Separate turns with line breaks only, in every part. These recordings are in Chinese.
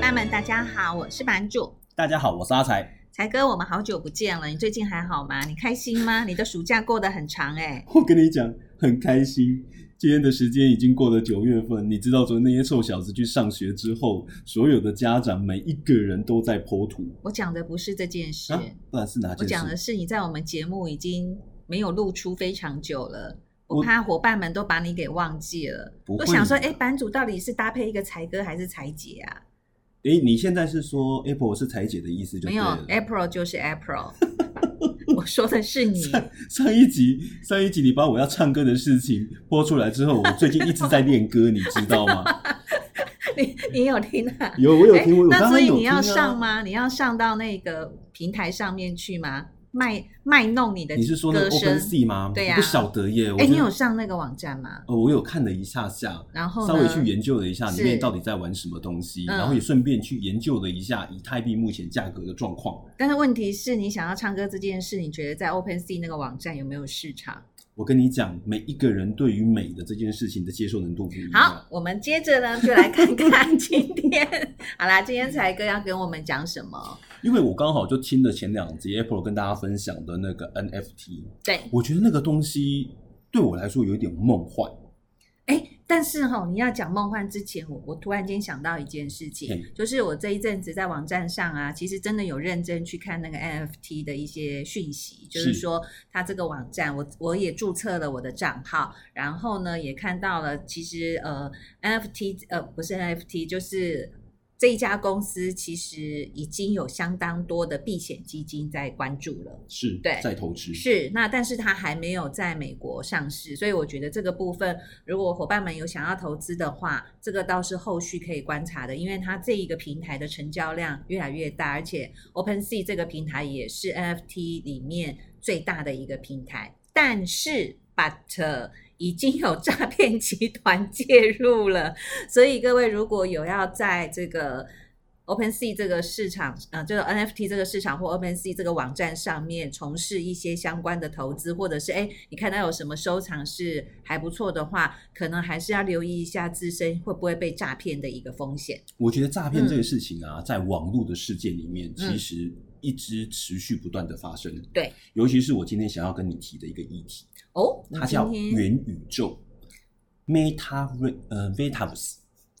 伴们，大家好，我是版主
大家好，我是阿才。
才哥，我们好久不见了，你最近还好吗？你开心吗？你的暑假过得很长哎、
我跟你讲，很开心。今天的时间已经过了九月份，你知道，昨天那些臭小子去上学之后，所有的家长每一个人都在剖图
我讲的不是这件事，
啊，不然是哪
我
件
讲的
事？
是你在我们节目已经没有露出非常久了。我
我
怕伙伴们都把你给忘记了，
不
都
会
想说，哎，版主到底是搭配一个才哥还是才姐啊？
诶，你现在是说 Apple 是裁姐的意思就
没
对
有哎
了。
，April 就是 April，我说的是 你，
上一集上一集你把我要唱歌的事情播出来之后，我最近一直在练歌，你知道吗？
你你有听啊？
有我有
哎
听，我有
那
刚
所
刚
以
有
你
听
要
啊。
上吗？你要上到那个平台上面去吗？卖卖弄你的
你是说那个
歌
Open
声？
Sea 吗？
对呀
我不晓得耶。我
哎，你
真的
有上那个网站吗？
呃，我有看了一下下，
然后呢
稍微去研究了一下
哦是
里面到底在玩什么东西，
嗯
然后也顺便去研究了一下以太币目前价格的状况。
但是问题是你想要唱歌这件事，你觉得在 OpenSea 那个网站有没有市场？
我跟你讲，每一个人对于美的这件事情的接受程度不一
好
样。，
我们接着呢，就来看看今天。 好啦，今天才哥要跟我们讲什么？
因为我刚好就听了前两集 Apple 跟大家分享的那个 NFT，
对，
我觉得那个东西对我来说有一点梦幻。
哎，但是哈、你要讲梦幻之前，我我突然间想到一件事情
嘿，
就是我这一阵子在网站上啊，其实真的有认真去看那个 NFT 的一些讯息，就是
是
说它这个网站，我我也注册了我的账号，然后呢也看到了，其实呃 NFT 呃不是 NFT 就是。这一家公司其实已经有相当多的避险基金在关注了，
是
对
在投资
是，那但是它还没有在美国上市，所以我觉得这个部分，如果伙伴们有想要投资的话，这个倒是后续可以观察的，因为它这一个平台的成交量越来越大，而且 OpenSea 这个平台也是 NFT 里面最大的一个平台，但是 But。已经有诈骗集团 介入了，所以各位如果有要在这个 OpenSea 这个市场，呃，就是 NFT 这个市场或 OpenSea 这个网站上面从事一些相关的投资，或者是哎，你看到有什么收藏是还不错的话，可能还是要留意一下自身会不会被诈骗的一个风险。
我觉得诈骗这个事情啊，在网络的世界里面，
嗯
其实一直持续不断的发生。
对，
尤其是我今天想要跟你提的一个议题，
哦，
它叫
今天
元宇宙 （Meta 呃 Metaverse）。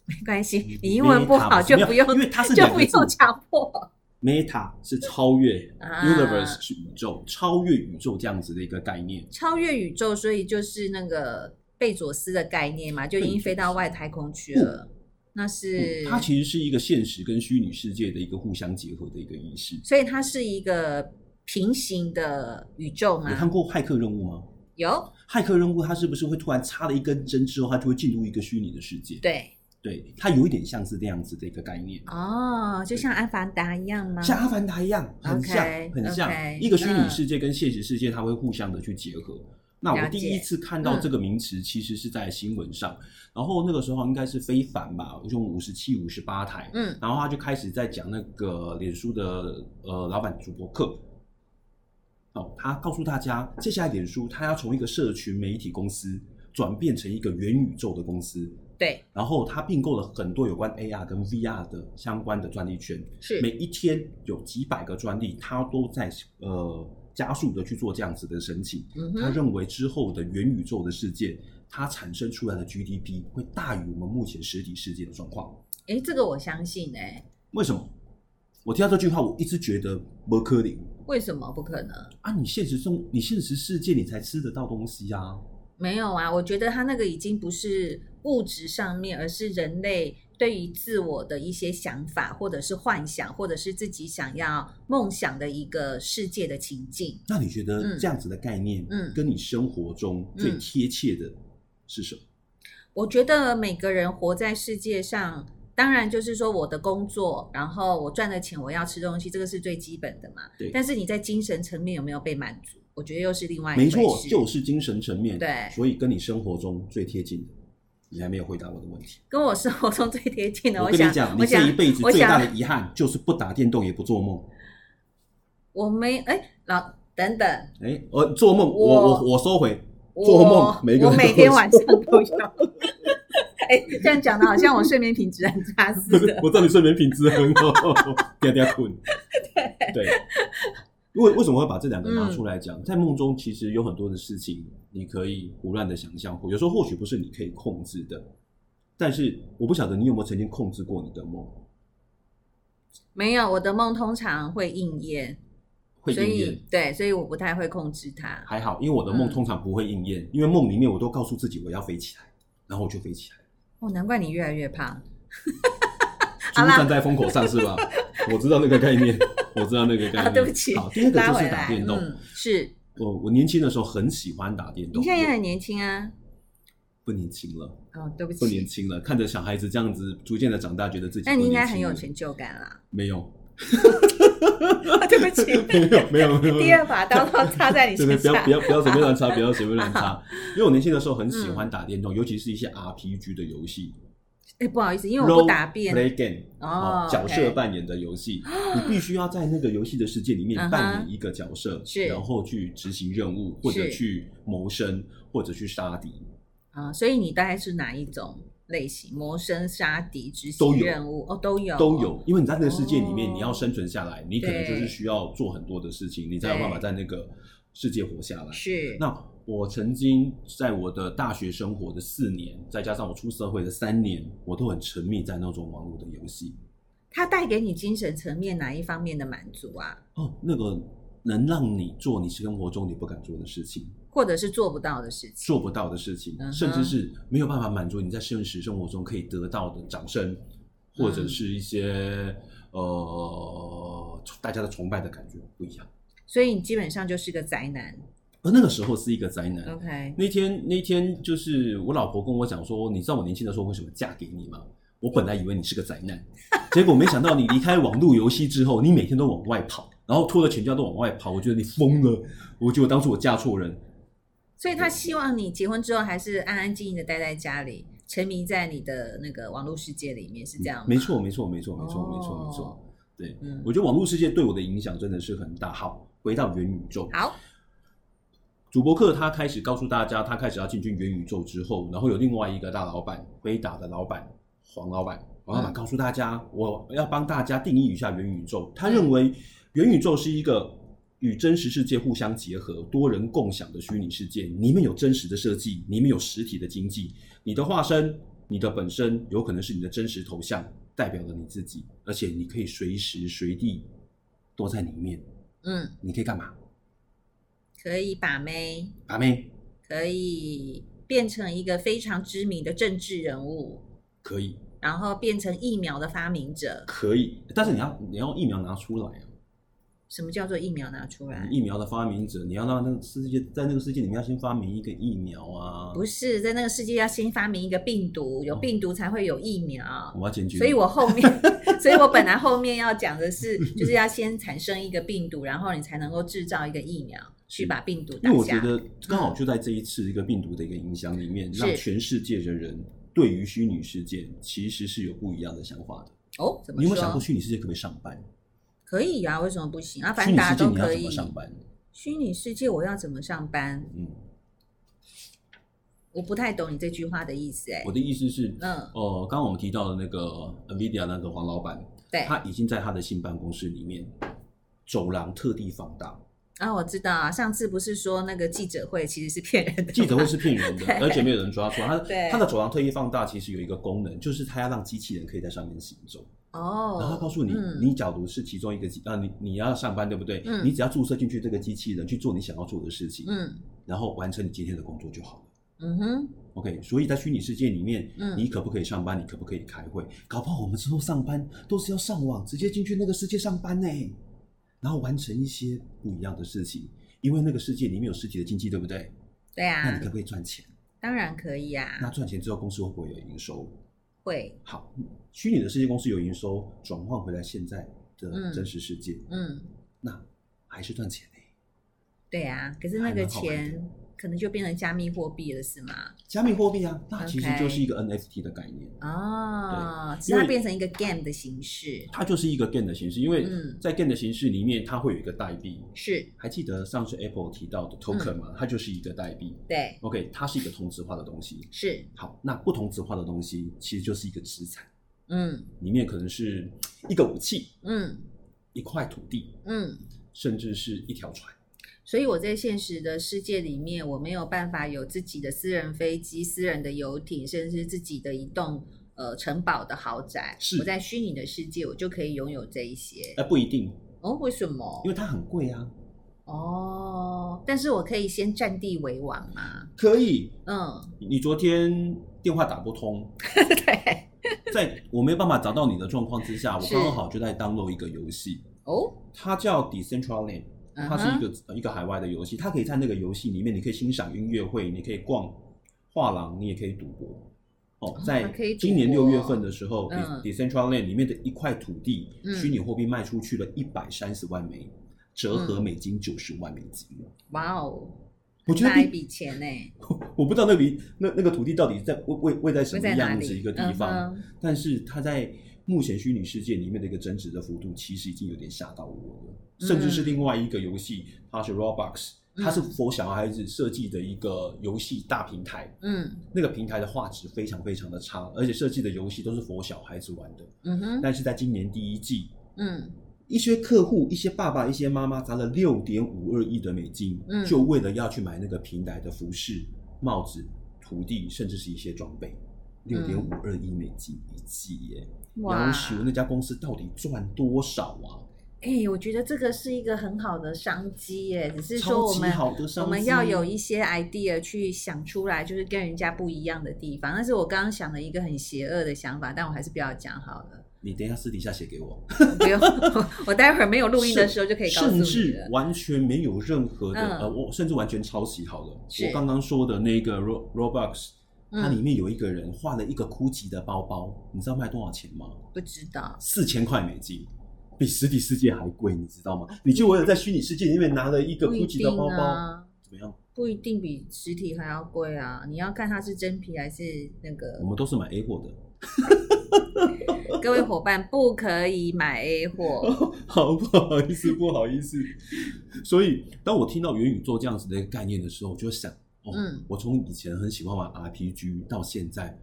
没关系，你英文不好就不用
没有因为它是
就
两
不
个字
用强迫。
Meta 是超越、
啊
Universe 是宇宙，超越宇宙这样子的一个概念。
超越宇宙，所以就是那个贝佐斯的概念嘛，就已经飞到外太空去了。那是、
哦嗯它其实是一个现实跟虚拟世界的一个互相结合的一个意识。
所以它是一个平行的宇宙
你看
嘛？
过《骇客任务》吗？
有，
骇客任务，它是不是会突然插了一根针之后，它就会进入一个虚拟的世界？
对，
对，它有一点像是这样子的一个概念，
哦，就像《阿凡达》一样吗？
像阿凡达一样，很像
嗯 OK，
很像
OK，
一个虚拟
嗯
世界跟现实世界，它会互相的去结合。那
了
我
解嗯
第一次看到这个名词，其实是在新闻上，然后那个时候应该是非凡吧，用五十七、五十八台，
嗯，
然后他就开始在讲那个脸书的呃老板主播课。哦，他告诉大家，接下来脸书它要从一个社群媒体公司转变成一个元宇宙的公司，
对，
然后它并购了很多有关 AR 跟 VR 的相关的专利权，每
是
一天有几百个专利，它都在呃加速的去做这样子的申请。
嗯
他
哼，
认为之后的元宇宙的世界，它产生出来的 GDP 会大于我们目前实体世界的状况。
哎，这个我相信哎，
为什么？我听到这句话，我一直觉得不可能
为什么不可能？
啊！你现实中，你现实世界你才吃得到东西啊。
没有啊，我觉得它那个已经不是物质上面，而是人类对于自我的一些想法，或者是幻想，或者是自己想要梦想的一个世界的情境。
那你觉
嗯
得这样子的概念，
嗯
跟你生活中最
嗯
贴切的是什么？
我觉得每个人活在世界上，当然就是说我的工作，然后我赚的钱，我要吃东西，这个是最基本的嘛。
对
但是你在精神层面有没有被满足？我觉得又是另外一回
没
事。
错，就是精神层面。
对
所以跟你生活中最贴近的，你还没有回答我的问题。
跟我生活中最贴近的。
我跟
想，
你讲，
我
你
想，
这一辈子
我
最
想
大的遗憾就是不打电动也不做梦。
我没哎，老等等，
哎，我做梦，
我
我我我收回，
我
做梦每个人
我
都
每
会
天晚上
做
都有。哎、哎，这样讲的好像我睡眠品质很差似的。
我知道你睡眠品质很好，嗲嗲困。对，因为为什么会把这两个拿
嗯
出来讲？在梦中其实有很多的事情，你可以胡乱的想象，有时候或许不是你可以控制的，但是我不晓得你有没有曾经控制过你的梦，
没有，我的梦通常会应验，
会
所
应验
以。对，所以我不太会控制它。
还好，因为我的梦
嗯
通常不会应验，因为梦里面我都告诉自己我要飞起来，然后我就飞起来，
哦，难怪你越来越 胖。
就
好
是
啦
站在风口上是 吧？我知道那个概念，我知道那个概
啊，
念。
对不起，
好，第二个
拉
就
回
是打
来。
电动。
嗯，是
我我年轻的时候很喜欢打电动，
你现在也很年轻啊。
不年轻了，
哦，对不
不年
起，
轻了，看着小孩子这样子逐渐的长大，觉得自己
那你
不
应该
年
很
轻
有
了
成就感啦。 哦
没有，
啊对不起，
没有，没有，没有。
第二把刀都插在你
对对，
身
不要
上
不。要不要随便乱插，不要随 便乱插。因为我年轻的时候很喜
嗯
欢打电动，尤其是一些 RPG 的游戏，
哎，不好意思，因为我
role
不答辩。
play game
哦
哦，角
OK
色扮演的 游戏，你必须要在那个游戏的世界里面
嗯哼
扮演一个角色，
是
然后去执行任务，或者
是
去谋生，或者去杀敌。
啊，所以你大概是哪一种类型？魔生、杀敌、执
都
行
有
任务，哦，都有，
都。有，因为你在那个世界里面，
哦
你要生存下来，你可能就是需要做很多的事情，你才有办法在那个世界活下来。
是，
那我曾经在我的大学生活的四年，再加上我出社会的三年，我都很沉迷在那种网络的游戏。
它带给你精神层面哪一方面的满足啊？
哦，那个能让你做你生活中你不敢做的事情，
或者是做不到的事情？
做不到的事情，
嗯哼
甚至是没有办法满足你在现实生活中可以得到的掌声，或
嗯
者是一些、呃大家的崇拜的感觉不一样。
所以你基本上就是个宅男。
而那个时候是一个灾难。
OK，
那天那天就是我老婆跟我讲说，你知道我年轻的时候为什么嫁给你吗？我本来以为你是个宅 男，结果没想到你离开网络游戏之后，你每天都往外跑，然后拖着全家都往外跑。我觉得你疯了，我觉得当初我嫁错人。
所以他
嗯
希望你结婚之后还是安安静静的待在家里，沉迷在你的那个网络世界里面，是这样吗？
没错，，没错，没错，没错，
哦
没错，没错。对，
嗯，
我觉得网络世界对我的影响真的是很大。好，回到元宇宙，
好，
主播课他开始告诉大家，他开始要进军元宇宙之后，然后有另外一个大老板，辉达的老板黄老板，黄老板告诉大家，我要帮大家定义一下元宇宙。他认为元宇宙是一个与真实世界互相结合、多人共享的虚拟世界，里面有真实的设计，里面有实体的经济，你的化身、你的本身有可能是你的真实头像，代表了你自己，而且你可以随时随地都在里面，
嗯，
你可以干嘛？
可以把妹，
把妹
可以变成一个非常知名的政治人物，
可以。
然后变成疫苗的发明者。
可以，但是你要你要疫苗拿出来啊！
什么叫做疫苗拿出来？
疫苗的发明者，你要让那个世界在那个世界里面要先发明一个疫苗啊！
不是在那个世界要先发明一个病毒，有病毒才会有疫苗。
我要检举你，
所以我后 面，所以我本来后面要讲的是，就是要先产生一个病毒，然后你才能够制造一个疫苗，去把病毒打
因为我
下
觉。得刚好就在这一次一个病毒的一个影响里面，
是
让全世界的人对于虚拟世界其实是有不一样的想法的。
哦，怎么
你有没有想过
说？
虚拟世界可不可以上班？
可以啊，为什么不行啊？反
虚
正
拟
大
世
家
界
都
你要
可
怎么
以。
上班？
虚拟世界我要怎么上班？
嗯，
我不太懂你这句话的意思、哎
我，的意思是，
嗯，
呃，刚刚我们提到的那个 NVIDIA 那个黄老板，
对。
他已经在他的新办公室里面走廊特地放大。
啊，我知道啊，上次不是说那个记者会其实是骗人的吗，
记者会是骗人 的
对，
而且没有人抓错。它
对
它的走廊特意放大，其实有一个功能，就是它要让机器人可以在上面行走。
哦，
然后它告诉你，
嗯
你假如是其中一个机啊，你你要上班对不对？
嗯
你只要注射进去这个机器人去做你想要做的事情，
嗯
然后完成你今天的工作就好了。
嗯哼，
OK，所以在虚拟世界里面，
嗯
你可不可以上班？你可不可以开会？搞不好我们之后上班都是要上网，直接进去那个世界上班呢，然后完成一些不一样的事情，因为那个世界里面有实体的经济，对不对？
对
那
啊
你可，不可以赚钱？
当然可以
那
啊，
赚钱之后，公司会不会有营收？
会，
好，虚拟的世界公司有营收，转换回来现在的
嗯
真实世界，
嗯，
那还是赚钱呢、欸
对啊，可是那个
还蛮好玩的
钱可能就变成加密货币了，是吗？
加密货币啊，那其实
OK
就是一个 NFT 的概念，
哦，只
因
是它
为
变成一个 game 的形式，
它就是一个 Gain 的形式，因为
嗯
在 Gain 的形式里面，它会有一个代币。
是
还记得上次 Apple 提到
嗯
的 token 吗？它就是一个代币。
对，
OK，它是一个同质化的东西。
是，
好，那不同质化的东西其实就是一个资产，
嗯
里面可能是一个武器、
嗯
一块土地，
嗯。
甚至是一条船。
所以我在现实的世界里面，我没有办法有自己的私人飞机、私人的游艇，甚至自己的一栋呃城堡的豪宅。
是
我在虚拟的世界，我就可以拥有这一些。
哎、不一定，
哦，为什么
因？为它很贵啊。
哦，但是我可以先占地为王嘛。
可以，
嗯，
你昨天电话打不通，
对。
在我没有办法找到你的状况之下，我
是
刚好就在 download 一个游戏，
哦，
它叫 Decentraland，
嗯
它
哼
是一个、呃一个海外的游戏，它可以在那个游戏里面，你可以欣赏音乐会，你可以逛画廊，你也可以赌博。哦，在
啊还可以赌博
今年六月份的时候、
嗯
d e c e n t r a l a n d 里面的一块土地，
嗯
虚拟货币卖出去了一百三十万枚，折合
嗯
美金九十万美金。
哇哦，
我觉得
大一
比
笔钱呢、欸，
我不知道那里那那个土地到底在位位位在什
会
么
在哪
样
里？
子一个地方，
嗯哼
但是它在目前虚拟世界里面的一个增值的幅度，其实已经有点吓到我了。甚至是另外一个游戏，它是 Roblox，
嗯
它是 for 小孩子设计的一个游戏大平台，
嗯
那个平台的画质非常非常的差，而且设计的游戏都是 for 小孩子玩的。
嗯哼，
但是在今年第一季，
嗯
一些客户、一些爸爸、一些妈妈砸了六点五二亿的美金，
嗯
就为了要去买那个平台的服饰、帽子、土地，甚至是一些装备。六点五二亿美金一季耶！
嗯哇
要求那家公司到底赚多少啊？
哎、我觉得这个是一个很好的商机耶，只是说
超
我
级
们
好的商机，
我们要有一些 idea 去想出来，就是跟人家不一样的地方。但是我刚刚想了一个很邪恶的想法，但我还是不要讲好了，
你等一下私底下写给我，
不用，我我待会儿没有录音的时候就可以告诉
甚
你
至
了。
完全没有任何的、
嗯
呃，我甚至完全抄袭好了。
是
我刚刚说的那个 Ro Robux，它里
嗯，
面有一个人画了一个 GUCCI 的包包，你知道卖多少钱吗？
不知道，
四千块美金，比实体世界还贵，你知道吗？你就为了在虚拟世界里面拿了一个
不一
GUCCI
定
的包包，
啊，
怎么样？
不一定比实体还要贵啊。你要看它是真皮还是那个
我。们都是买 A 货的，
各位伙伴不可以买 A 货，
哦好不好意思，不好意思。所以，当我听到元宇宙这样子的一个概念的时候，我就想，哦，
嗯
我从以前很喜欢玩 RPG 到现在，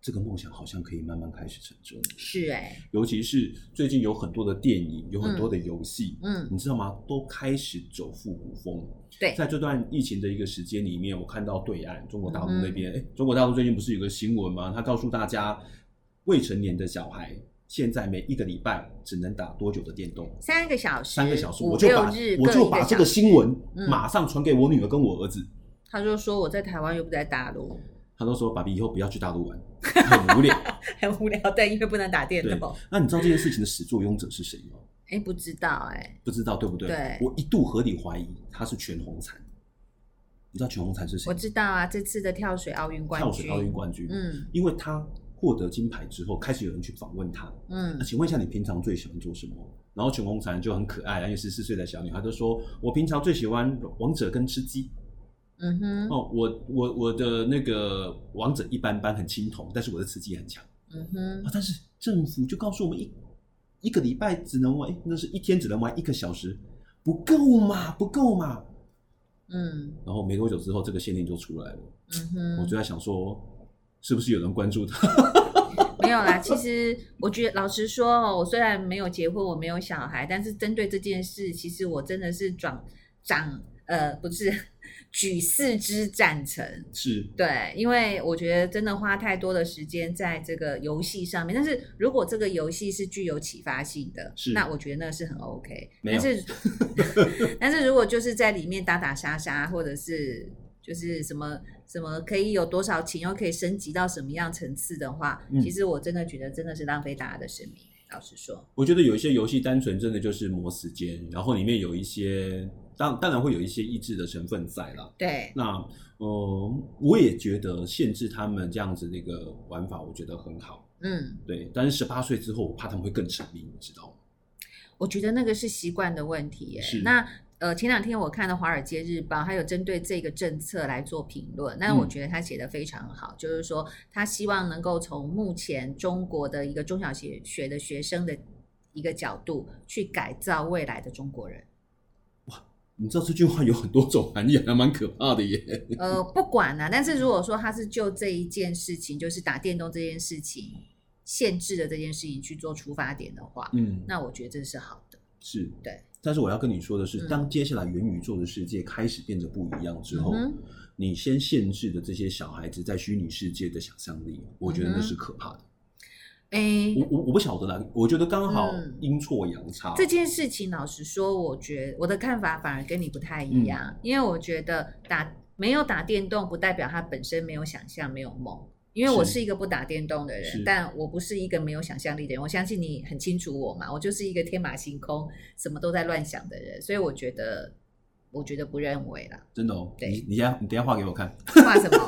这个梦想好像可以慢慢开始成真。
是哎、
尤其是最近有很多的电影，有很多的游戏，
嗯，
你知道吗？都开始走复古风。
对，
在这段疫情的一个时间里面，我看到对岸中国大陆
嗯
那边，哎、中国大陆最近不是有个新闻吗？他告诉大家，未成年的小孩现在每一个礼拜只能打多久的电动？
三个小时，
三个小时，
五
我就
六
把
日
我
各一
就把
小
这个
时
新闻
嗯
马上传给我女儿跟我儿子。
他就说我在台湾又不在大陆，
他都说：“爸比，以后不要去大陆玩， 很无聊。
很无聊，对，因为不能打”电
对
动。，
那你知道这件事情的始作俑者是谁吗？
哎，不知道哎、
不知道对不对？
对
我一度合理怀疑他是全红婵。你知道全红婵是谁
我
吗？
知道啊，这次的跳水奥运冠
跳
军，
水奥运冠军。
嗯
因为他获得金牌之后，开始有人去访问他。
嗯
那请问一下，你平常最喜欢做什么？然后全红婵就很可爱啊，因为十四岁的小女孩，她就说：“我平常最喜欢王者跟吃鸡。
嗯哼
哦，我我我的那个王者一般般，很青铜，但是我的吃鸡很强
嗯
啊
哼。
但是政府就告诉我们一一个礼拜只能玩，诶那是一天只能玩一个小时，不够嘛，不够嘛。
嗯
然后没多久之后，这个限令就出来了，
嗯
我
哼，
就在想说，是不是有人关注他？
没有啦。其实我觉得，老实说哦，我虽然没有结婚，我没有小孩，但是针对这件事，其实我真的是长长呃，不是 举世之赞成。
是
对，因为我觉得真的花太多的时间在这个游戏上面，但是如果这个游戏是具有启发性的，
是
那我觉得那是很 OK。
没
但
有
是， 但是如果就是在里面打打杀杀，或者是就是什么什么可以有多少钱，又可以升级到什么样层次的话，
嗯
其实我真的觉得真的是浪费大家的生命。老实说，
我觉得有一些游戏单纯真的就是磨时间，然后里面有一些当当然会有一些益智的成分在啦。
对，
那呃，我也觉得限制他们这样子的一个玩法，我觉得很好。
嗯，
对，但是十八岁之后，我怕他们会更沉迷，你知道吗？
我觉得那个是习惯的问题耶
是。
那呃，前两天我看了《华尔街日报》，它有针对这个政策来做评论，但我觉得他写的非常好，就是说他希望能够从目前中国的一个中小学学的学生的一个角度去改造未来的中国人。
你知道这句话有很多种含义，还蛮可怕的耶。
呃，不管啦、但是如果说他是就这一件事情，就是打电动这件事情限制的这件事情去做出发点的话，
嗯，
那我觉得这是好的。
是
对。
但是我要跟你说的是，
嗯
当接下来元宇宙的世界开始变得不一样之后，
嗯哼
你先限制的这些小孩子在虚拟世界的想象力，我觉得那是可怕的。
诶，
我我我不晓得啦，我觉得刚好
嗯
阴错阳差。
这件事情，老实说，我觉我的看法反而跟你不太一
嗯
样，因为我觉得打没有打电动，不代表他本身没有想象、没有梦。因为我
是
是一个不打电动的
是
人，但我不是一个没有想象力的人。我相信你很清楚我嘛，我就是一个天马行空、什么都在乱想的人，所以我觉得，我觉得不认为啦。
真的哦，
对
你你下你等一下画给我看，
画什么？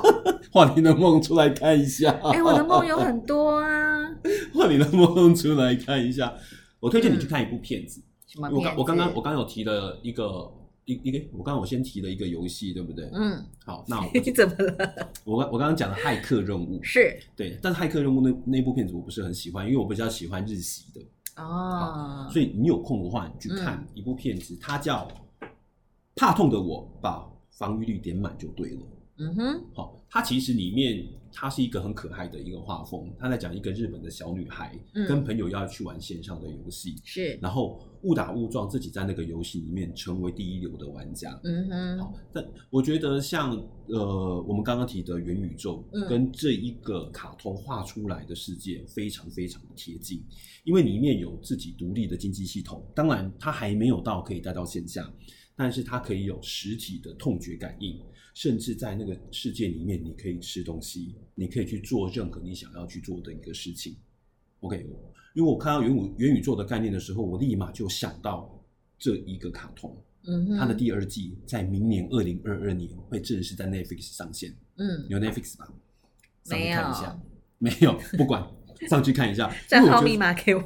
画你的梦出来看一下。
哎、我的梦有很多啊。
画你的梦出来看一下。我推荐你去看一部片子，
嗯什么
我
片
刚
子？
我刚刚我刚刚有提了一个一一个，我刚刚我先提了一个游戏，对不对？
嗯，
好，那我
你怎么了？
我刚我刚刚讲的骇客任务，
是
对，但是骇客任务那那部片子我不是很喜欢，因为我比较喜欢日系的，
哦，
所以你有空的话，你去
嗯
看一部片子，它叫《怕痛的我》，把防御力点满就对了。
嗯哼，
好、哦它其实里面它是一个很可爱的一个画风，它在讲一个日本的小女孩
嗯
跟朋友要去玩线上的游戏，
是，
然后误打误撞自己在那个游戏里面成为第一流的玩家。
嗯哼，
好，但我觉得像呃，我们刚刚提的元宇宙
嗯
跟这一个卡通画出来的世界非常非常的贴近，因为里面有自己独立的经济系统，当然它还没有到可以带到线下，但是它可以有实体的痛觉感应，甚至在那个世界里面，你可以吃东西，你可以去做任何你想要去做的一个事情。OK，我因为我看到元宇元宇宙的概念的时候，我立马就想到这一个卡通。
嗯哼，
它的第二季在明年二零二二年会正式在 Netflix 上线，
嗯，
有 Netflix 吧？上去
没
看
有
一下，没有， 不管，上去看一 下。
账
因为我
号
觉得
密码 给我。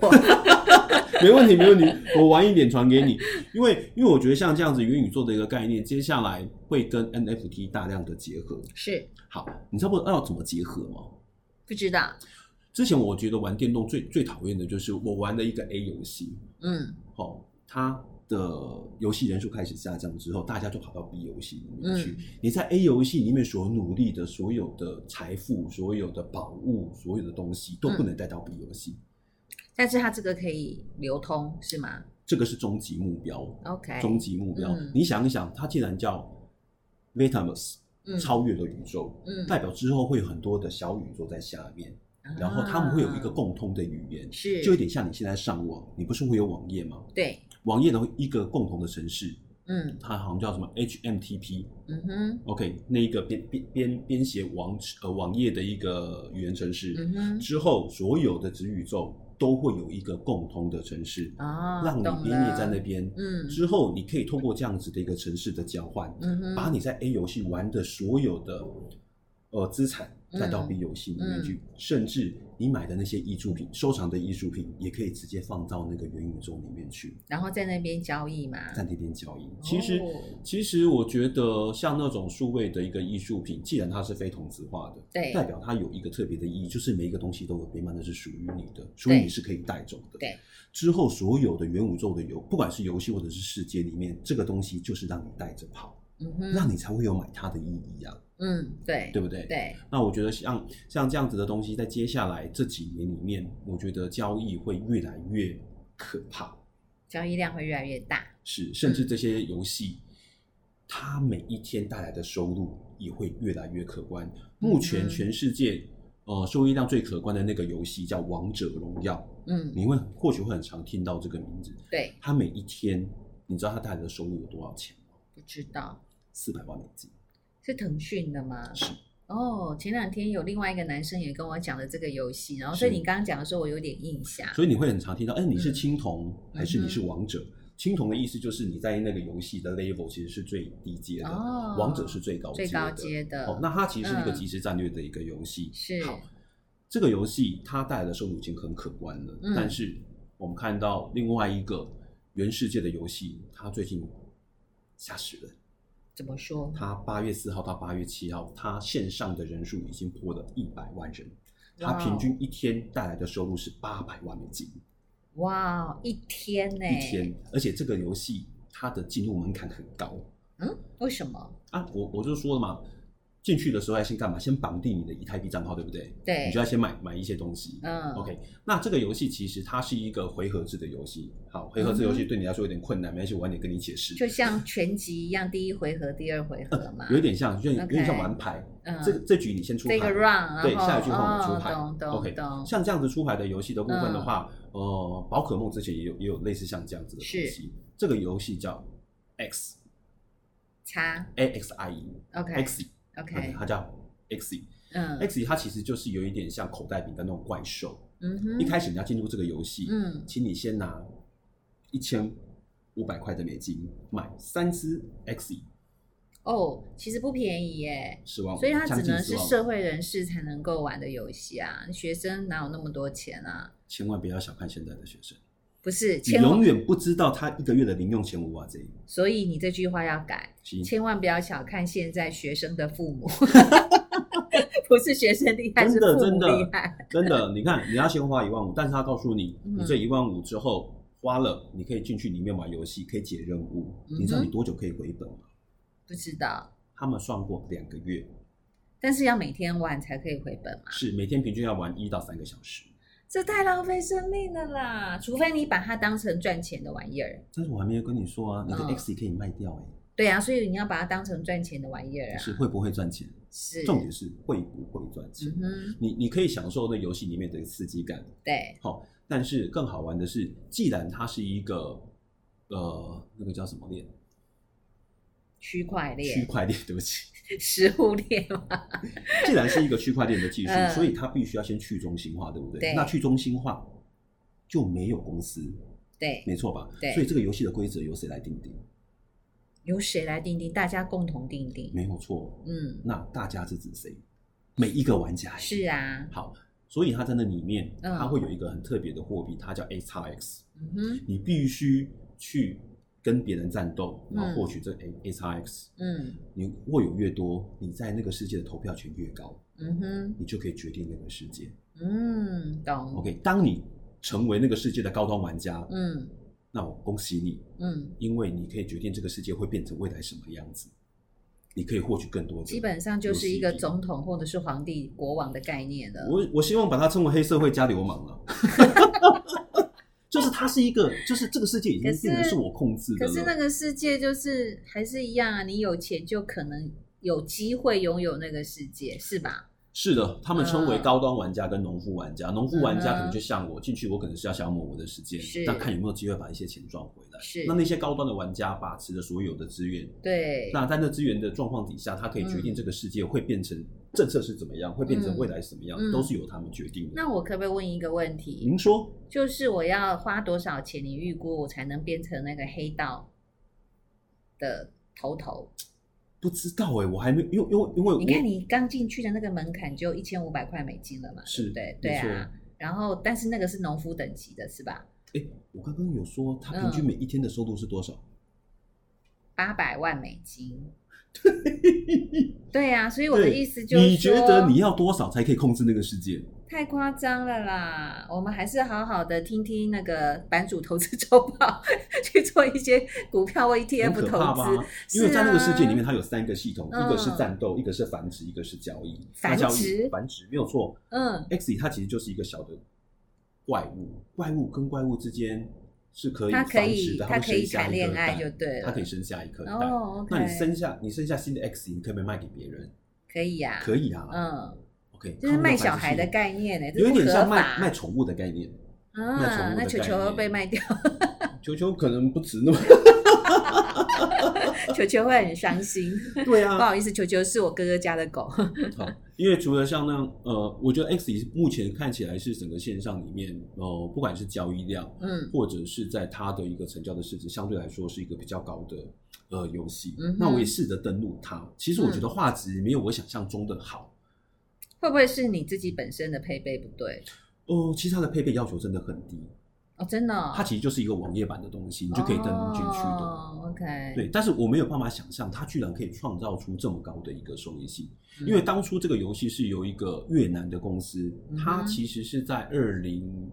没问题，没问题，我晚一点传给你。因为因为我觉得像这样子元宇宙的一个概念，接下来会跟 NFT 大量的结合。
是，
好，你知道不要怎么结合吗？
不知道，
之前我觉得玩电动最最讨厌的就是我玩了一个 A 游戏，
嗯
哦，它的游戏人数开始下降之后，大家就跑到 B 游戏里面去。
嗯
你在 A 游戏里面所努力的所有的财富、所有的宝物、所有的东西，都不能带到 B 游戏，
但是它这个可以流通是吗
这个是终极目标。
？OK，
终极目标，
嗯
你想一想，它既然叫 Vetamus，、
嗯
超越了宇宙，
嗯
代表之后会有很多的小宇宙在下面，然后他们会有一个
啊
共通的语言，
是，
就有点像你现在上网，你不是会有网页吗？
对，
网页的一个共同的城市，
嗯
它好像叫什么 HMTP。
嗯哼
OK，那一个编编编编写网址呃网页的一个语言城市、
嗯哼，
之后，所有的子宇宙都会有一个共通的城市，
哦，
让
懂
你编
了
列在那，边。
嗯
之后，你可以透过这样子的一个城市的交换，
嗯哼，
把你在 A 游戏玩的所有的呃资产带到
嗯
B 游戏里面去，甚至你买的那些艺术品、收藏的艺术品，也可以直接放到那个元宇宙里面去。
然后在那边交易嘛，
在那边交易。其实，
哦
其实我觉得像那种数位的一个艺术品，既然它是非同质化的，
对
代表它有一个特别的意义，就是每一个东西都有编码，那是属于你的，所以你是可以带走的。
对，
之后所有的元宇宙的游，不管是游戏或者是世界里面，这个东西就是让你带着跑，
嗯哼，
让你才会有买它的意义啊，
嗯，对
对不对？。
对，
那我觉得像像这样子的东西，在接下来这几年里面，我觉得交易会越来越可怕。
交易量会越来越大，
是，甚
嗯
至这些游戏，它每一天带来的收入也会越来越可观。目前
嗯
全世界呃收益量最可观的那个游戏叫《王者荣耀》，
嗯，
你会或许会很常听到这个名字。
对，
它每一天，你知道它带来的收入有多少钱吗？
不知道
四百万美金。
是腾讯的吗？
是，
哦，前两天有另外一个男生也跟我讲了这个游戏，然后所以
是
你刚刚讲的时候，我有点印象。
所以你会很常听到，哎，你是
嗯
青铜还是你是
嗯
王者？青铜的意思就是你在那个游戏的 level 其实是最低阶的，
哦
王者是最高阶
最
的。
高阶的，
哦，那它其实是一个
嗯
即时战略的一个游戏。
是
好，这个游戏它带来的收入已经很可观了，
嗯
但是我们看到另外一个原世界的游戏，它最近吓死人！
怎么说？
他八月四号到八月七号，他线上的人数已经破了一百万人，他
哇哦
平均一天带来的收入是八百万美金
哇，一天呢、
一天，而且这个游戏它的进入门槛很高
嗯，为什么？
啊！我我就说了嘛，进去的时候要先干嘛？先绑定你的以太币账号，对不对？
对，
你就要哦先买买一些东西。
嗯
OK，那这个游戏其实它是一个回合制的游戏。好，回合制游戏
嗯
对你来说有点困难，没关系，我晚点跟你解释。
就像拳击一样，第一回合、第二回合嘛。
有一点像，就有
OK
点像玩牌。
嗯，
这这局你先出牌，
这个 round，
对，
然后
下一局换我出牌。
哦懂懂
OK，
懂
像这样子出牌的游戏的部分
嗯
的话，呃，宝可梦之前也有也有类似像这样子的东西。这个游戏叫 X
叉
A X I E
，OK
X，
OK，
它叫 X E
嗯
X，它其实就是有一点像口袋饼干那种怪兽。
嗯哼，
一开始你要进入这个游戏，
嗯
请你先拿一千五百块的美金买三只 X
哦，其实不便宜耶，
十万五，
所以它只
将近
能
10
是
万五
社会人士才能够玩的游戏啊，学生哪有那么多钱啊？
千万不要小看现在的学生，
不是，
你
千万
永远不知道他一个月的零用钱无啊这一
所以你这句话要改，
行
千万不要小看现在学生的父 母， 不是学生厉害，
真
是
的
父
真
母
的
厉害。
真的，你看你要先花一万五，但是他告诉你，
嗯
你这一万五之后花了，你可以进去里面玩游戏，可以解任务，
嗯哼
你知道你多久可以回本吗？
不知道，
他们算过两个月，
但是要每天玩才可以回本嘛，
是每天平均要玩一到三个小时，
这太浪费生命了啦！除非你把它当成赚钱的玩意儿。
但是我还没有跟你说啊，你的
嗯
X 可以卖掉哎、
对啊，所以你要把它当成赚钱的玩意儿
欸，
啊。
是会不会赚钱？
是，
重点是会不会赚钱
嗯。哼，
你你可以享受那游戏里面的刺激感，
对，
好、但是更好玩的是，既然它是一个呃那个叫什么链，
区块
区
链、
块链，对不起，
食物链嘛，
既然是一个区块链的技术，
嗯
所以它必须要先去中心化，对不对？
对
那去中心化就没有公司，
对，
没错吧？
对
所以这个游戏的规则由谁来定定？
由谁来定定？大家共同定定。
没有错，
嗯，
那大家是指谁？每一个玩家
是啊，
好，所以它在那里面，
嗯
它会有一个很特别的货币，它叫 A 叉 X。
嗯哼，
你必须去跟别人战斗，然后
嗯
获取这 A A 叉 X，
嗯
你握有越多，你在那个世界的投票权越高，
嗯哼，
你就可以决定那个世界。
嗯，懂。
OK，当你成为那个世界的高端玩家，
嗯
那我恭喜你，
嗯，
因为你可以决定这个世界会变成未来什么样子，你可以获取更多的。
基本上就是一个
游戏
总统或者是皇帝、国王的概念了。
我我希望把它称为黑社会加流 氓了。啊就是它是一个，就是这个世界已经
可是
变成是我控制的
可是那
了。
个世界就是还是一样啊，你有钱就可能有机会拥有那个世界，是吧？
是的，他们称为
嗯
高端玩家跟农夫玩家。农夫玩
嗯
家
哼
可能就像我进去，我可能是要消磨我的时间
是，
但看有没有机会把一些钱赚回来。
是
那那些高端的玩家把持着所有的资源，
对，嗯
那在那资源的状况底下，他可以决定这个世界会变成政策是怎么样，会变成未来是怎么样，
嗯
都是由他们决定的。
那我可不可以问一个问题？
您说
就是我要花多少钱？你预估我才能变成那个黑道的头头？
不知道哎、我还没，因为因为因为我
你看你刚进去的那个门槛就一千五百块美金了嘛，对
是
不对？对
没错
啊。然后，但是那个是农夫等级的，是吧？
哎、我刚刚有说他平
嗯
均每一天的收入是多少？
八百万美 金。对啊，所以我的
对
意思就是
你觉得
说
你要多少才可以控制那个世界？
太夸张了啦！我们还是好好的听听那个版主投资周报，去做一些股票或
很
ETF
可怕
投资
吧。？因为在那个世界里
是啊
面，它有三个系统，
嗯
一个是战斗，一个是繁殖，一个是交易。
繁殖
那交易繁殖没有错。
嗯，
X 它其实就是一个小的怪物，怪物跟怪物之间是可以
他可
繁
以
殖的，它
他
会
可以
生下
谈
一
恋
个
爱
蛋，
就对了，
它可以生下一颗蛋。
哦，OK，
那你生下你生下新的 X，你可不可以卖给别人？
可以呀、
可以啊。
嗯，
OK，
就是卖小孩的概念欸呢，这是
有一点像
不合
卖
法
卖宠物的概念。卖宠
啊
物，的
那球球
概
会
念
被卖掉，
球球可能不值那么
球球会很伤 心。
对
不
啊，
好意思，球球是我哥哥家的狗。
好， 因为除了像那样，呃，我觉得 X 目前看起来是整个线上里面，呃，不管是交易量
嗯
或者是在它的一个成交的市值，相对来说是一个比较高的呃游戏。
嗯哼嗯
那我也试着登录它，其实我觉得画质没有我想象中的好。
会不会是你自己本身的配备不对？
哦、其实它的配备要求真的很低，
哦，真的哦，
它其实就是一个网页版的东西，你就可以登录进去的。
哦 OK，
对，但是我没有办法想象，它居然可以创造出这么高的一个收益性，
嗯，
因为当初这个游戏是由一个越南的公司，它
嗯哼
其实是在二零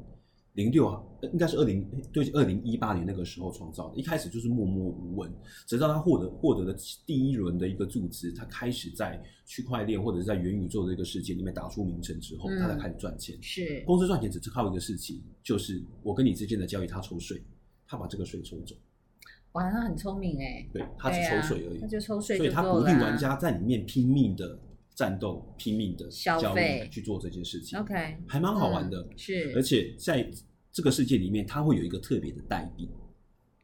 零六，呃应该是二零对二零一八年那个时候创造的，一开始就是默默无闻，直到它获得获得了第一轮的一个注资，它开始在区块链或者是在元宇宙的这个世界里面打出名声之后，
嗯
它才开始赚钱。
是
公司赚钱只是靠一个事情，就是我跟你之间的交易，它抽税，它把这个税抽走，
哇，他很聪明哎，
对，它只
对
抽
啊
税而已
他。就抽税
所
就
以他
够
鼓
了
励
啊。
玩家在里面拼命的战斗、拼命的
消
交
费
易去做这件事情，
OK，
还蛮好玩的。
嗯是，
而且在这个世界里面，它会有一个特别的代币，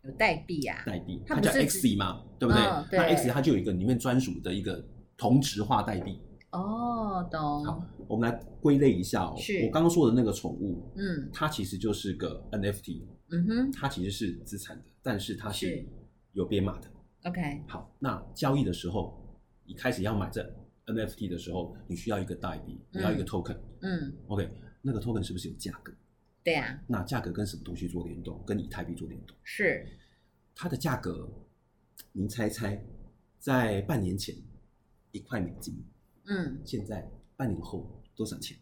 有代币啊，
代币
它
它
不
叫
是
X 嘛，对不对？
嗯对
那 X 它就有一个里面专属的一个同质化代币。
哦，懂
好，我们来归类一下哦
是，
我刚刚说的那个宠物，
嗯
它其实就是个 NFT，
嗯哼
它其实是资产的，但是它是
是
有编码的。
，OK，
好，那交易的时候，你开始要买这 NFT 的时候，你需要一个代币，你要一个 token、
嗯，
OK，那个 token 是不是有价格？
对啊，
那价格跟什么东西做联动？跟以太币做联动？
是
它的价格，您猜猜，在半年前一块美金，
嗯，
现在半年后多少钱？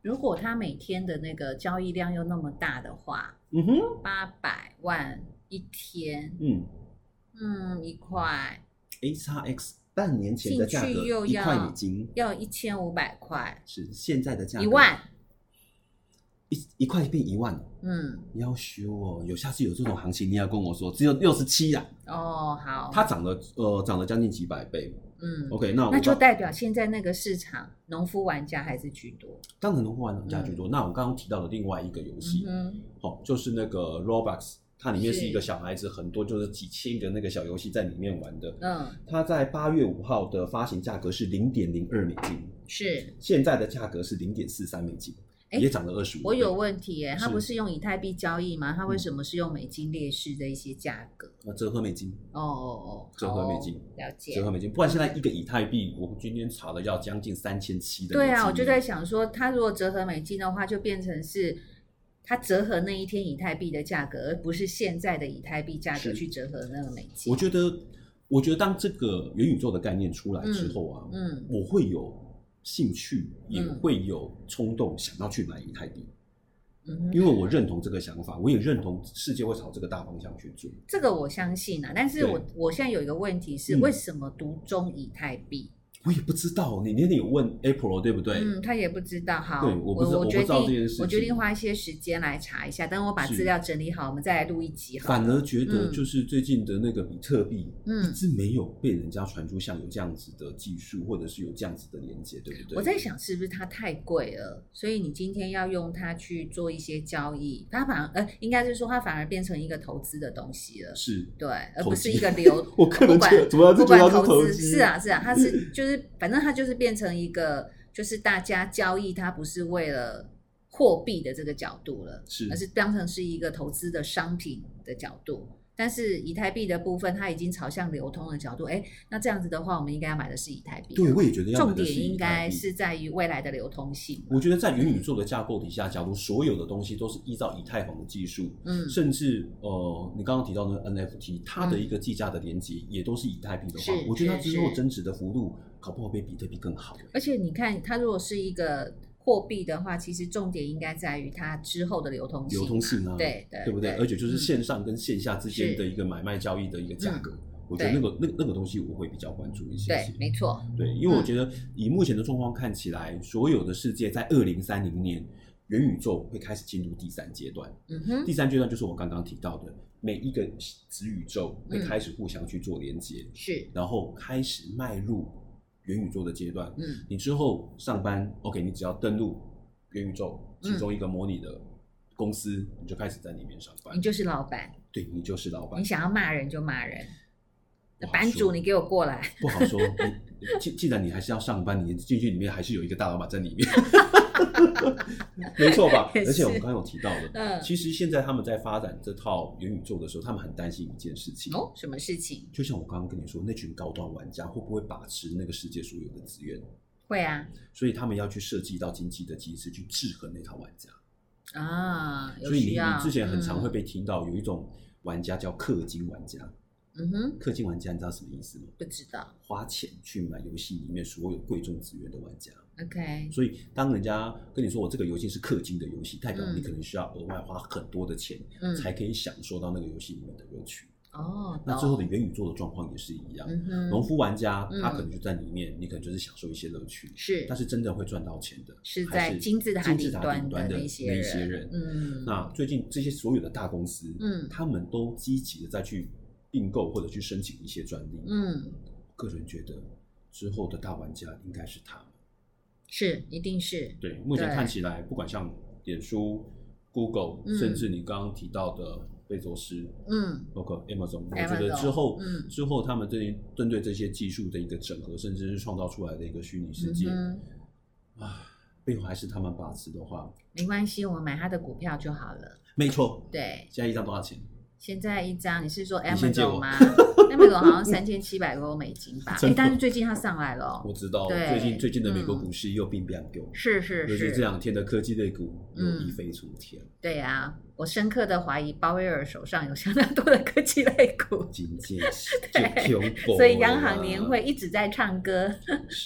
如果他每天的那个交易量又那么大的话，
嗯哼，
八百万一天，
嗯
嗯，一块
，A x X 半年前的价
进
格
去又
一
要
块美金
要一千五百块，
是现在的价格
一万，
一一块变一万了。
嗯，
要修哦，有下次有这种行情，你要跟我说，只有六十七啊，
哦，好，
它涨了，呃，涨了将近几百倍。
嗯。
OK，那我哦
那就
刚
代表现在那个市场，农夫玩家还是居多。
当然能玩玩家居多。那我刚刚提到的另外一个游戏，
嗯
哦，就是那个 Roblox，它里面
是
是一个小孩子很多就是几千个那个小游戏在里面玩的
哼，。嗯，
它在八月五号的发行价格是零点零二美金，
是。
现在的价格是零点四三美金，
诶
也涨了二十五。
我有，问题耶，它
是
不是用以太币交易吗？它为
嗯
什么是用美金列示的一些价格？
呃，折合美金，
哦哦哦，
折合美金
好哦了
折
解。
合美金，不然现在一个以太币，我今天查了要将近三千七的
对
美金。
啊，我就在想说，它如果折合美金的话，就变成是它折合那一天以太币的价格，而不是现在的以太币价格
是
去折合那个美金。
我觉得，我觉得当这个元宇宙的概念出来之后啊，
嗯
我会有兴趣，也
嗯
会有冲动想要去买以太币，
嗯哼，
因为我认同这个想法，我也认同世界会朝这个大方向去做。
这个我相信啊，但是
对
我我现在有一个问题是，
嗯
为什么独中以太币？
我也不知道，你那天有问 April 对不对？
嗯，他也不知道。好，
对我不知
我
道我不
决
知道这
定
件事
我决定
情
花一些时间来查一下。等我把
是
资料整理好，我们再来录一集好了。
反而觉得
嗯
就是最近的那个比特币。
嗯
一，直没有被人家传出像有这样子的技术，或者是有这样子的连接，对不对？
我在想是不是它太贵了，所以你今天要用它去做一些交易，它反而呃，应该是说它反而变成一个投资的东西了，
是，
对，而
投
不是
机。
一个流
我个
不
人
管
觉得主要
不
是觉
管
得它
投
是投
资
机，嗯
是啊是啊，它是就是反正它就是变成一个就是大家交易，它不是为了货币的这个角度了，
是
而是当成是一个投资的商品的角度。但是以太币的部分，它已经朝向流通的角度，哎，那这样子的话，我们应该要买的是以太币。啊
对，我也觉得要
重
买的
点
是以
应
太
该
币
是嗯在于未来的流通性。
我觉得在元宇宙的架构底下，假如所有的东西都是依照以太坊的技术，
嗯，
甚至呃，你刚刚提到的 NFT，它的
嗯
一个计价的连接也都是以太币的
是
话，我觉得它
是
之后
是
增值的幅度搞不好比比特币更好。
而且你看，它如果是一个货币的话，其实重点应该在于它之后的流通性嘛。
流通性啊
对对，
对不对？而且就是
嗯
线上跟线下之间
是
的一个买卖交易的一个价格，我觉得
对
那个那个那个东西我会比较关注一些
对
些，。
没错，
对，因为我
嗯
觉得以目前的状况看起来，所有的世界在二零三零年，元宇宙会开始进入第三阶段。
嗯哼，
第三阶段就是我刚刚提到的，每一个子宇宙会
嗯
开始互相去做连接，
是，
然后开始迈入元宇宙的阶段。
嗯
你之后上班，OK，你只要登录元宇宙
嗯
其中一个模拟的公司，你就开始在里面上班
你。就是老板，
对你就是老板
你，想要骂人就骂人，
不好
版主
说
你给我过来，
不好 说。你既既然你还是要上班，你进去里面还是有一个大老板在里面， 没错吧？
也是
而且我们刚刚有提到的，
嗯，
其实现在他们在发展这套元宇宙的时候，他们很担心一件事情。
哦，什么事情？
就像我刚刚跟你说，那群高端玩家会不会把持那个世界所有的资源？
会啊，
所以他们要去设计到经济的机制去制衡那套玩家。
啊，有
所以
需
你
要。
你之前很常会
嗯
被听到有一种玩家叫氪金玩家，
嗯哼，
氪金玩家你知道什么意思吗？
不知道。
花钱去买游戏里面所有贵重资源的玩家，
OK，
所以当人家跟你说我这个游戏是氪金的游戏，代表
嗯
你可能需要额外花很多的钱，
嗯，
才可以享受到那个游戏里面的乐趣。
哦，
那最后
懂
的元宇宙的状况也是一样，
嗯哼，
农夫玩家
嗯
他可能就在里面，你可能就是享受一些乐趣，
是
但是真的会赚到钱的
是
还
在金字塔
金字
顶
塔
端
顶
的
端的
那
那
些
一些
人
人。
嗯，
那最近这些所有的大公司，
嗯
他们都积极的再去并购或者去申请一些专利。
嗯
个人觉得之后的大玩家应该是他们。
是一定是
对，目前
对
看起来，不管像脸书、Google，、
嗯
甚至你刚刚提到的贝佐斯，
嗯
包括 Amazon，我
Amazon，
觉得之后，
嗯
之后他们对针对这些技术的一个整合，甚至是创造出来的一个虚拟世界，
嗯哼
啊，背后还是他们把持的话，
没关系，我们买他的股票就好了。
没错。
对，
现在一张多少钱？
现在一张你是说
你先借
Amazon
我
吗 ？Amazon 好像三千七百欧美金 吧？
真
哎
的，
但是最近它上来了哦，
我知道，
对
最近最近的美国
嗯
股市又并变给我，
是是
尤其这
是，
两天的科技类股又
嗯
一飞冲天，
对呀，我深刻的怀疑鲍威尔手上有相当多的科技类 股。
金 戒指
对
就 Q
所以央
啊
行年会一直在唱歌，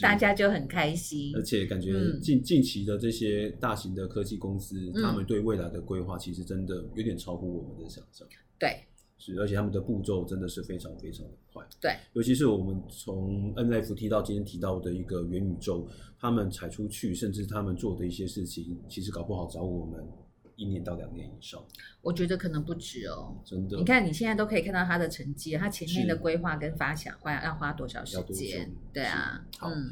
大家就很开心
而。且感觉
嗯
近、近期的这些大型的科技公司，
嗯
他们对未来的规划其实真的有点超乎我们的想象。
对，
是，而且他们的步骤真的是非常非常的快。
对，
尤其是我们从 NFT 到今天提到的一个元宇宙，他们踩出去，甚至他们做的一些事情，其实搞不好找我们一年到两年以上，
我觉得可能不止哦。
真的。
你看，你现在都可以看到他的成绩，他前面
啊是
的规划跟发想花要花多少时
要多
间
久？
对啊，
是好
嗯，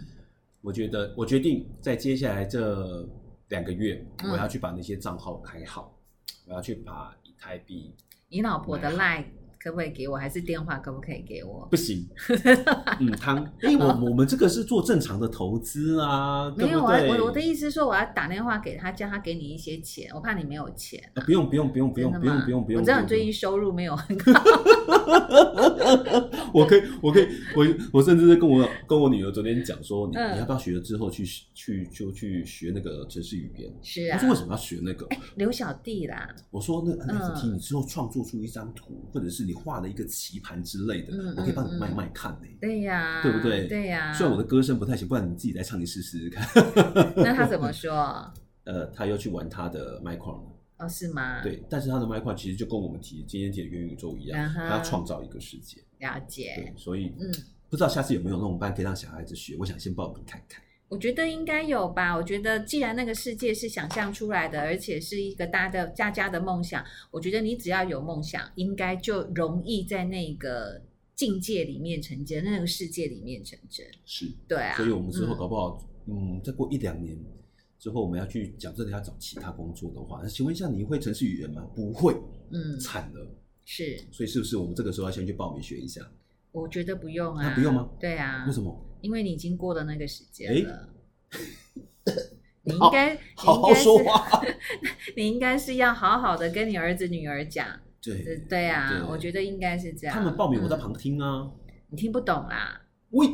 我觉得我决定在接下来这两个月，
嗯
我要去把那些账号开好，我要去把以太币
你老婆的 line 可不可以给我？还是电话可不可以给我
不？行，嗯，汤，因为我我们这个是做正常的投资啊，对
没有
不
啊，
对？
我我的意思是说，我要打电话给他，叫他给你一些钱，我怕你没有钱
啊
啊。
不用不用不用不用
真
不
的
用
吗
不用不用，
我知道
不
你
用
最近收入没有很高，
我可以，
嗯
我可以，我我甚至是跟我跟我女儿昨天讲说，你、
嗯
你要不要学了之后去去就去学那个城市语言？
是
她
啊
说，为什么要学那个？
留小弟啦，
我说那
嗯
NFT 你之后创作出一张图，或者是你画了一个棋盘之类的，
嗯
我可以帮你
嗯
卖
嗯
卖看呢、
对呀，
对不对
对啊呀。
虽然我的歌声不太行，不然你自己来唱一试试试看。
那他怎么 说？
呃，他又去玩他的 Micron，
哦，是吗？，
对，但是他的 Micron 其实就跟我们提今天提的元宇宙一样，
嗯哼
他要创造一个世界。
了
对
解，。
所以
嗯，
不知道下次有没有那种班可以让小孩子学？我想先报名看看。
我觉得应该有吧。我觉得既然那个世界是想象出来的，而且是一个大的大家的梦想，我觉得你只要有梦想，应该就容易在那个境界里面成真，那个世界里面成真。
是。
对啊，
所以我们之后搞
嗯
不好，嗯，再过一两年之后，我们要去讲真的要找其他工作的话，请问一下，你会程式语言吗？不会，
嗯
惨了。
是，
所以是不是我们这个时候要先去报名学一下？
我觉得不用啊，
啊不用吗
对啊，
为什？么？
因为你已经过了那个时间
诶
了。 你应
好
该，你
好
应
好
该是
说话。
你应该是要好好的跟你儿子女儿讲，
对
对对啊，我觉
得
得应该是这样。
他们报名，我在
嗯
旁听啊。
你听不懂啊啦。
喂，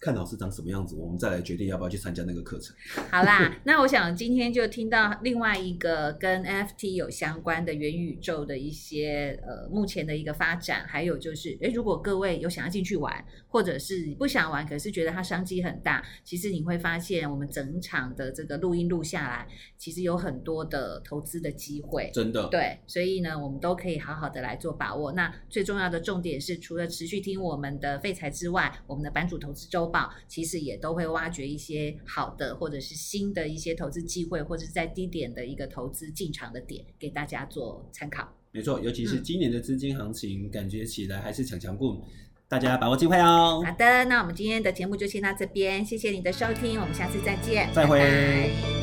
看老师长什么样子，我们再来决定要不要去参加那个课程。
好啦， 那我想今天就听到另外一个跟 NFT 有相关的元宇宙的一些呃目前的一个发展，还有就是，诶，如果各位有想要进去玩，或者是你不想玩，可是觉得它商机很大，其实你会发现我们整场的这个录音录下来，其实有很多的投资的机会。
真的，
对，所以呢，我们都可以好好的来做把握。那最重要的重点是，除了持续听我们的废材之外，我们的版主投资周报其实也都会挖掘一些好的或者是新的一些投资机会，或者是在低点的一个投资进场的点，给大家做参考。
没错，尤其是
嗯
今年的资金行情，感觉起来还是强强棍，大家把握机会哦。
好的，那我们今天的节目就先到这边，谢谢你的收听，我们下次再见，
再会
拜拜